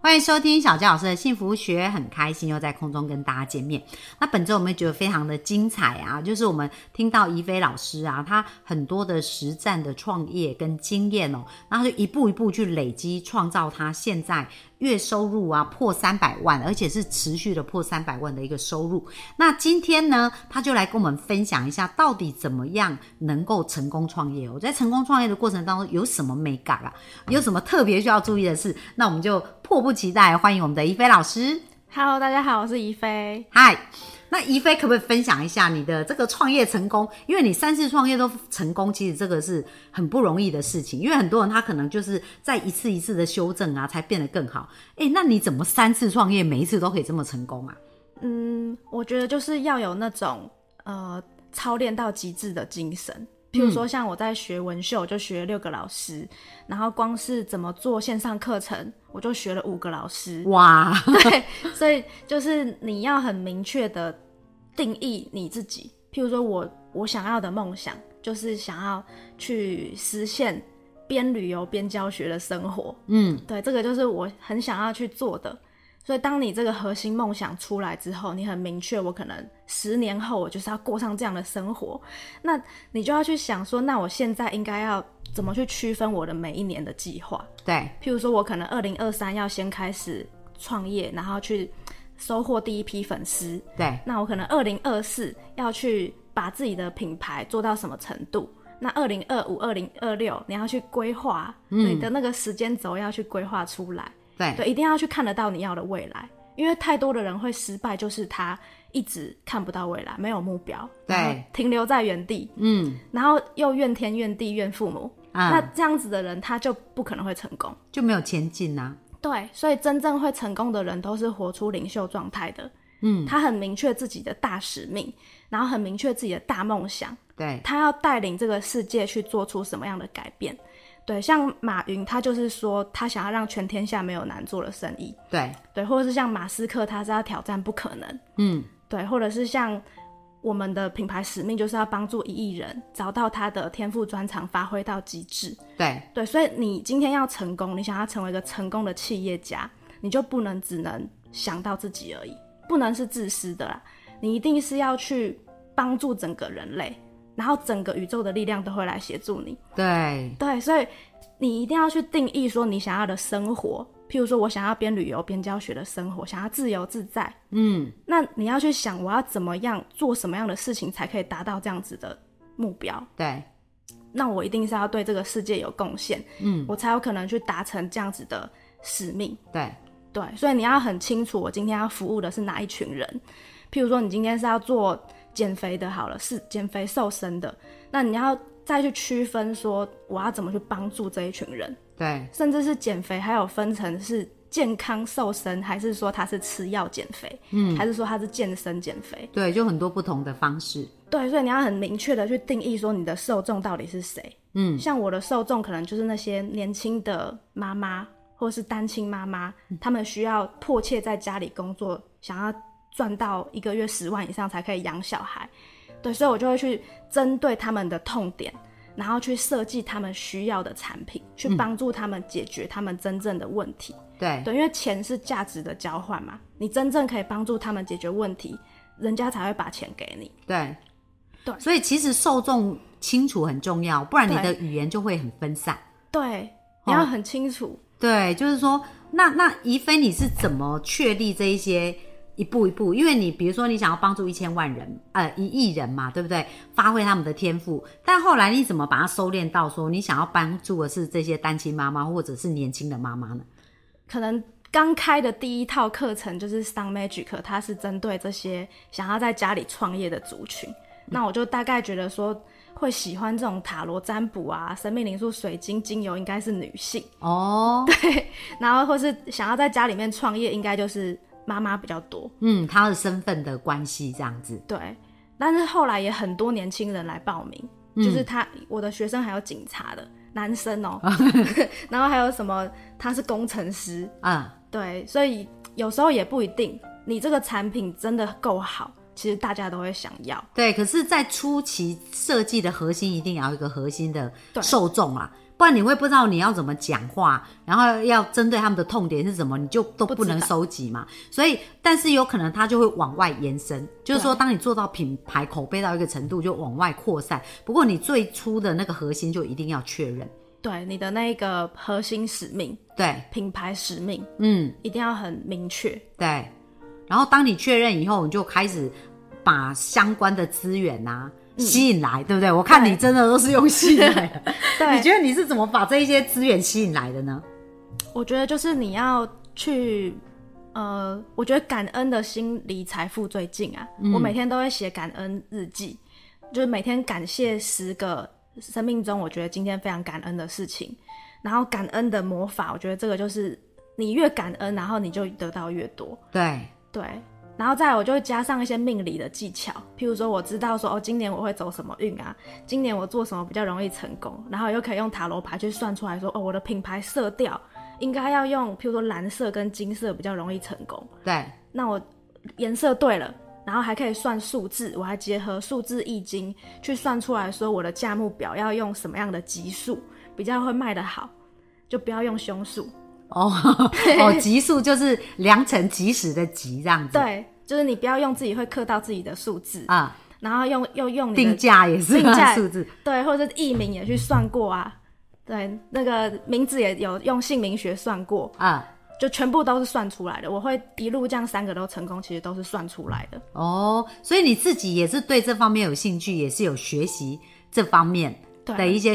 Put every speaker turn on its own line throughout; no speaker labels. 欢迎收听小纪老师的幸福学，很开心又在空中跟大家见面。那本周我们觉得非常的精彩啊，就是我们听到怡菲老师啊，她很多的实战的创业跟经验哦，那她就一步一步去累积，创造她现在月收入啊破三百万，而且是持续的破三百万的一个收入。那今天呢，她就来跟我们分享一下，到底怎么样能够成功创业、哦？我在成功创业的过程当中有什么美感啊？有什么特别需要注意的事？那我们就迫不及待欢迎我们的怡菲老师。
Hello，大家好，我是怡菲。
嗨，那怡菲可不可以分享一下你的这个创业成功？因为你三次创业都成功，其实这个是很不容易的事情。因为很多人他可能就是在一次一次的修正啊，才变得更好。诶，那你怎么三次创业，每一次都可以这么成功啊？
嗯，我觉得就是要有那种呃操练到极致的精神。譬如说，像我在学文秀，就学六个老师，然后光是怎么做线上课程，我就学了五个老师。
哇，
对，所以就是你要很明确的定义你自己。譬如说我我想要的梦想，就是想要去实现边旅游边教学的生活。
嗯，
对，这个就是我很想要去做的。所以，当你这个核心梦想出来之后，你很明确，我可能十年后我就是要过上这样的生活，那你就要去想说，那我现在应该要怎么去区分我的每一年的计划？
对，
譬如说，我可能二零二三要先开始创业，然后去收获第一批粉丝，
对，
那我可能二零二四要去把自己的品牌做到什么程度？那二零二五、二零二六你要去规划、你的那个时间轴要去规划出来，
嗯对，
对，一定要去看得到你要的未来，因为太多的人会失败，就是他一直看不到未来，没有目标，
对
然后停留在原地，
嗯，
然后又怨天怨地怨父母，
啊
那这样子的人他就不可能会成功。
就没有前进啊呐、
对，所以真正会成功的人都是活出领袖状态的。嗯，他很明确自己的大使命，然后很明确自己的大梦想，
对，
他要带领这个世界去做出什么样的改变。对，像马云，他就是说他想要让全天下没有难做的生意。
对，
对，或者是像马斯克，他是要挑战不可能。
嗯，
对，或者是像我们的品牌使命，就是要帮助一亿人找到他的天赋专长，发挥到极致。
对，
对，所以你今天要成功，你想要成为一个成功的企业家，你就不能只能想到自己而已，不能是自私的啦，你一定是要去帮助整个人类，然后整个宇宙的力量都会来协助你。
对，
对，所以你一定要去定义说你想要的生活，譬如说我想要边旅游边教学的生活，想要自由自在，
嗯，
那你要去想我要怎么样做什么样的事情才可以达到这样子的目标。
对，
那我一定是要对这个世界有贡献，嗯，我才有可能去达成这样子的使命。
对，
对，所以你要很清楚，我今天要服务的是哪一群人。譬如说，你今天是要做减肥的，好了，是减肥瘦身的，那你要再去区分说，我要怎么去帮助这一群人，
对，
甚至是减肥还有分成是健康瘦身，还是说他是吃药减肥，嗯，还是说他是健身减肥？
对，就很多不同的方式。
对，所以你要很明确的去定义说你的受众到底是谁。
嗯，
像我的受众可能就是那些年轻的妈妈或是单亲妈妈，她们需要迫切在家里工作，想要赚到一个月十万以上才可以养小孩。对，所以我就会去针对他们的痛点，然后去设计他们需要的产品，去帮助他们解决他们真正的问题。
对，
对，因为钱是价值的交换嘛，你真正可以帮助他们解决问题，人家才会把钱给你。
对，
对
所以其实受众清楚很重要，不然你
对
的语言就会很分散。
对，
哦
你要很清楚。
对，就是说，那那怡菲你是怎么确立这一些一步一步？因为你比如说你想要帮助一千万人，呃，一亿人嘛，对不对？发挥他们的天赋，但后来你怎么把它收敛到说你想要帮助的是这些单亲妈妈或者是年轻的妈妈呢？
可能刚开的第一套课程就是 Sun Magic，它是针对这些想要在家里创业的族群。那我就大概觉得说，会喜欢这种塔罗占卜啊、生命灵数、水晶、精油，应该是女性；
哦，
然后或是想要在家里面创业，应该就是妈妈比较多。
嗯，他的身份的关系这样子，
对，但是后来也很多年轻人来报名，就是他我的学生还有警察的，男生哦、然后还有什么他是工程师，
嗯，
对，所以有时候也不一定，你这个产品真的够好，其实大家都会想要。
对。可是，在初期设计的核心一定要有一个核心的
对
受众啊，不然你会不知道你要怎么讲话，然后要针对他们的痛点是什么，你就都
不
不能
知道
收集嘛。所以，但是有可能它就会往外延伸，就是说，
对
当你做到品牌口碑到一个程度，就往外扩散。不过，你最初的那个核心就一定要确认。
对你的那个核心使命、
对，
品牌使命
嗯，
一定要很明确。
对。然后当你确认以后，你就开始把相关的资源呐、吸引来，对不对？我看
嗯对
你真的都是用吸引来的。你
对，
觉得你是怎么把这一些资源吸引来的呢？
我觉得就是你要去，呃，我觉得感恩的心离财富最近啊。我每天都会写感恩日记，就是每天感谢十个生命中我觉得今天非常感恩的事情。然后感恩的魔法，我觉得这个就是你越感恩，然后你就得到越多。
对，
对，然后再来我就会加上一些命理的技巧，譬如说我知道说哦，今年我会走什么运啊，今年我做什么比较容易成功，然后又可以用塔罗牌去算出来说哦，我的品牌色调应该要用譬如说蓝色跟金色比较容易成功，
对，
那我颜色对了。然后还可以算数字，我还结合数字易经去算出来说我的价目表要用什么样的级数比较会卖得好，就不要用凶数。
哦 哦，级数就是良辰吉时的吉这样子。
对，就是你不要用自己会刻到自己的数字，
啊，
然后用又用你
定
的
价也是
定价
数字。
对，或者是艺名也去算过啊，对，那个名字也有用姓名学算过，
啊，
就全部都是算出来的。我会一路这样三个都成功，其实都是算出来的。
哦，所以你自己也是对这方面有兴趣，也是有学习这方面
对
的一些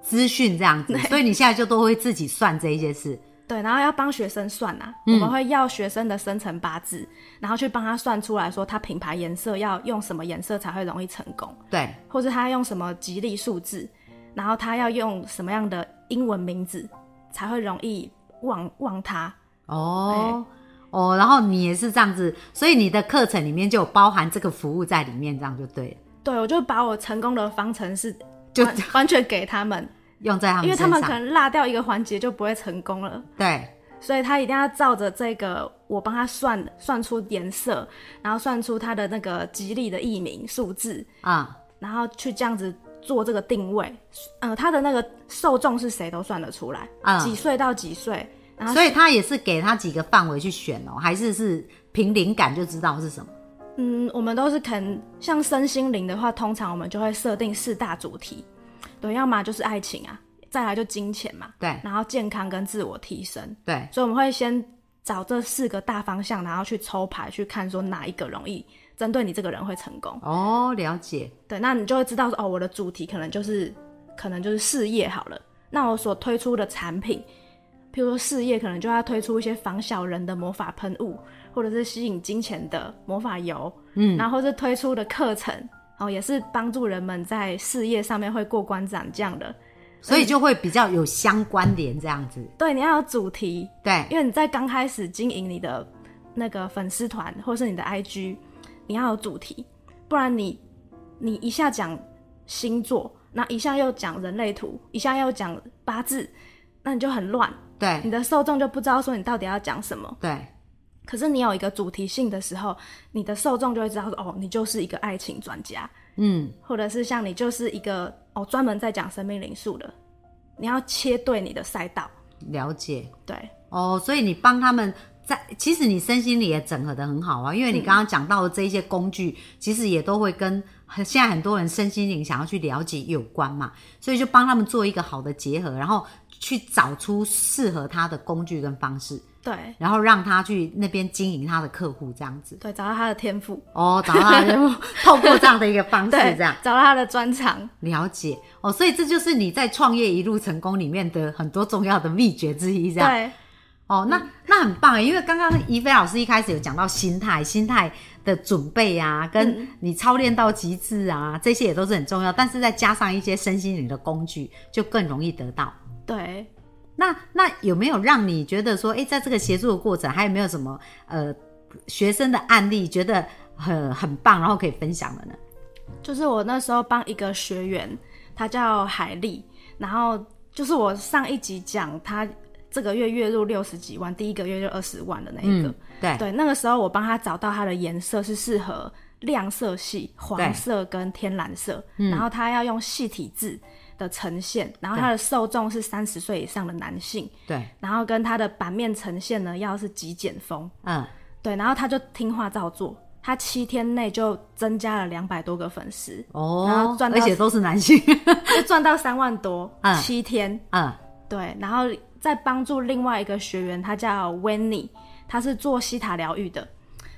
资讯这样子，所以你现在就都会自己算这一些事。
对，然后要帮学生算啊，我们会要学生的生辰八字，然后去帮他算出来说他品牌颜色要用什么颜色才会容易成功，
对，
或者他用什么吉利数字，然后他要用什么样的英文名字才会容易忘忘他。
哦。哦，然后你也是这样子，所以你的课程里面就有包含这个服务在里面，这样就对了，
对，我就把我成功的方程式
就
完 完全给他们，
用在他
因
们
为
身
他
上。
们可能落掉一个环节就不会成功了，
对
所以他一定要照着这个我帮他算算出颜色，然后算出他的那个吉利的译名数字，
啊、
然后去这样子做这个定位。呃，他的那个受众是谁都算得出来，
嗯
几岁到几岁，然后
所以他也是给他几个范围去选哦，还是是凭灵感就知道是什么。
嗯，我们都是肯像身心灵的话，通常我们就会设定四大主题，对，要么就是爱情啊，再来就金钱嘛，
对
然后健康跟自我提升，
对，
所以我们会先找这四个大方向，然后去抽牌去看说哪一个容易针对你这个人会成功。
哦，了解。
对，那你就会知道说哦，我的主题可能就是可能就是事业好了，那我所推出的产品，譬如说事业可能就要推出一些防小人的魔法喷雾，或者是吸引金钱的魔法油，嗯，然后是推出的课程。哦，也是帮助人们在事业上面会过关斩将的。
所以就会比较有相关联这样子。
对，你要有主题，
对，
因为你在刚开始经营你的那个粉丝团或是你的 IG，你要有主题，不然你你一下讲星座，那一下又讲人类图，一下又讲八字，那你就很乱，
对
你的受众就不知道说你到底要讲什么。
对
可是你有一个主题性的时候，你的受众就会知道说，哦，你就是一个爱情专家，
嗯，
或者是像你就是一个哦专门在讲生命灵数的，你要切对你的赛道，
了解。
对。
哦，所以你帮他们在，其实你身心里也整合的很好啊，因为你刚刚讲到的这一些工具，其实也都会跟现在很多人身心灵想要去了解有关嘛，所以就帮他们做一个好的结合，然后去找出适合他的工具跟方式，
对
然后让他去那边经营他的客户这样子。
对，找到他的天赋，
哦，找到他的 透过这样的一个方式
对，
这样。
找到他的专长。
了解哦，所以这就是你在创业一路成功里面的很多重要的秘诀之一，这样
对
哦，那那很棒耶，因为刚刚怡菲老师一开始有讲到心态，心态的准备啊，跟
嗯
你操练到极致啊，这些也都是很重要，但是再加上一些身心灵的工具，就更容易得到。
对，
那那有没有让你觉得说，哎，在这个协助的过程，还有没有什么呃学生的案例觉得很很棒，然后可以分享的呢？
就是我那时候帮一个学员，他叫海丽，然后就是我上一集讲他这个月月入六十几万，第一个月就二十万的那一个，
嗯，对，
对，那个时候我帮他找到他的颜色是适合亮色系，黄色跟天蓝色，
嗯
然后他要用细体字的呈现，然后他的受众是三十岁以上的男性，
对，
然后跟他的版面呈现呢要是极简风，
嗯，
对，然后他就听话照做，他七天内就增加了两百多个粉丝， 然
哦
后，赚到
而且都是男性，
就赚到三万多，
嗯
七天，
嗯，
对，然后再帮助另外一个学员，他叫 Wenny，他是做西塔疗愈的。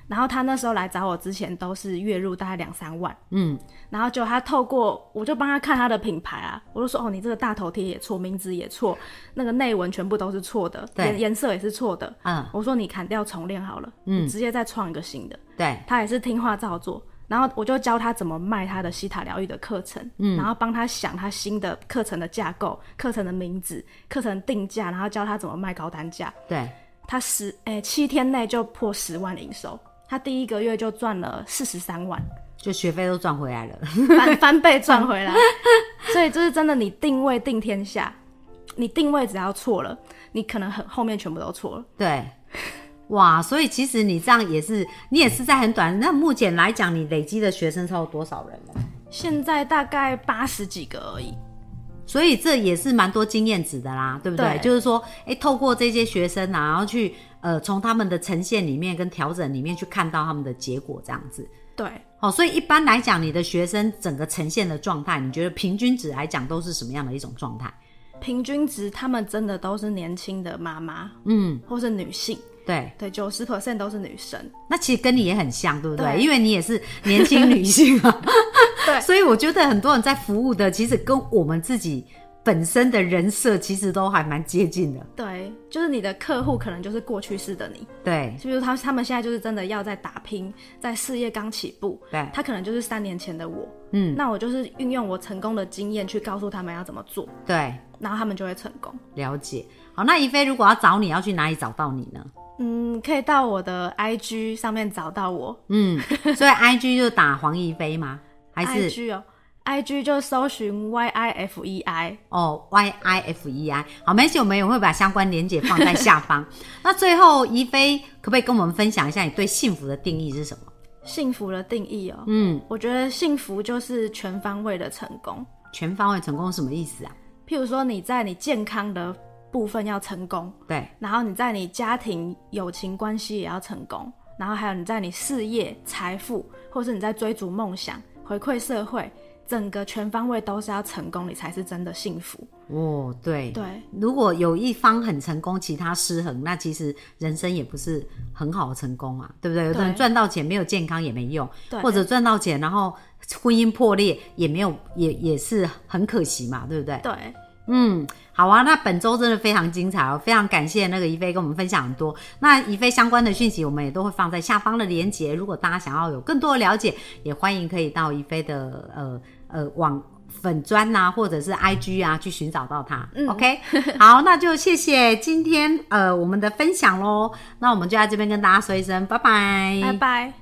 然后他那时候来找我之前都是月入大概两三万，
嗯，
然后就他透过我就帮他看他的品牌啊，我就说哦，你这个大头贴也错，名字也错，那个内文全部都是错的，
对
颜颜色也是错的，
嗯，
我说你砍掉重练好了，嗯，直接再创一个新的，
对，
他也是听话照做。然后我就教他怎么卖他的西塔疗愈的课程，然后帮他想他新的课程的架构、课程的名字、课程定价，然后教他怎么卖高单价。
对，
他十诶、七天内就破十万营收，他第一个月就赚了四十三万，
就学费都赚回来了，
翻翻倍赚回来。所以就是真的，你定位定天下，你定位只要错了，你可能很后面全部都错了。
对。哇，所以其实你这样也是，你也是在很短。那目前来讲，你累积的学生超过多少人了？
现在大概八十几个而已，
所以这也是蛮多经验值的啦，对不对？
对
就是说，哎、透过这些学生啊，然后去呃，从他们的呈现里面跟调整里面去看到他们的结果，这样子。
对。
哦，所以一般来讲，你的学生整个呈现的状态，你觉得平均值来讲都是什么样的一种状态？
平均值，他们真的都是年轻的妈妈
嗯，
或是女性，
对。
对，九十 percent 都是女生。
那其实跟你也很像，对不对？
对
因为你也是年轻女性嘛，
对
所以我觉得很多人在服务的，其实跟我们自己本身的人设其实都还蛮接近的。
对，就是你的客户可能就是过去式的你，
对
就比如他他们现在就是真的要在打拼，在事业刚起步，
对，
他可能就是三年前的我，
嗯，
那我就是运用我成功的经验去告诉他们要怎么做，
对。
然后他们就会成功。
了解。好，那怡菲如果要找你，要去哪里找到你呢？
嗯，可以到我的 IG 上面找到我
嗯，所以 I G 就打黄怡菲吗？还是
，IG 哦，IG 就搜寻 Y I F E I。
哦 Y I F E I？好，没关系，我们也会把相关连接放在下方。那最后，怡菲可不可以跟我们分享一下你对幸福的定义是什么？
幸福的定义哦，
嗯，
我觉得幸福就是全方位的成功。
全方位成功是什么意思啊？
譬如说，你在你健康的部分要成功，
对
然后你在你家庭、友情关系也要成功，然后还有你在你事业、财富，或是你在追逐梦想、回馈社会，整个全方位都是要成功，你才是真的幸福。
哦，对。
对
如果有一方很成功，其他失衡，那其实人生也不是很好的成功啊，对不对？有的人
对
赚到钱没有健康也没用，
对，
或者赚到钱，然后婚姻破裂也没有，也也是很可惜嘛，对不对？
对，
嗯，好啊，那本周真的非常精彩哦，非常感谢那个怡菲跟我们分享很多。那怡菲相关的讯息，我们也都会放在下方的连结。如果大家想要有更多的了解，也欢迎可以到怡菲的呃呃网粉砖呐、或者是 IG 啊去寻找到她。OK，好，那就谢谢今天呃我们的分享喽。那我们就在这边跟大家说一声拜拜，
拜拜。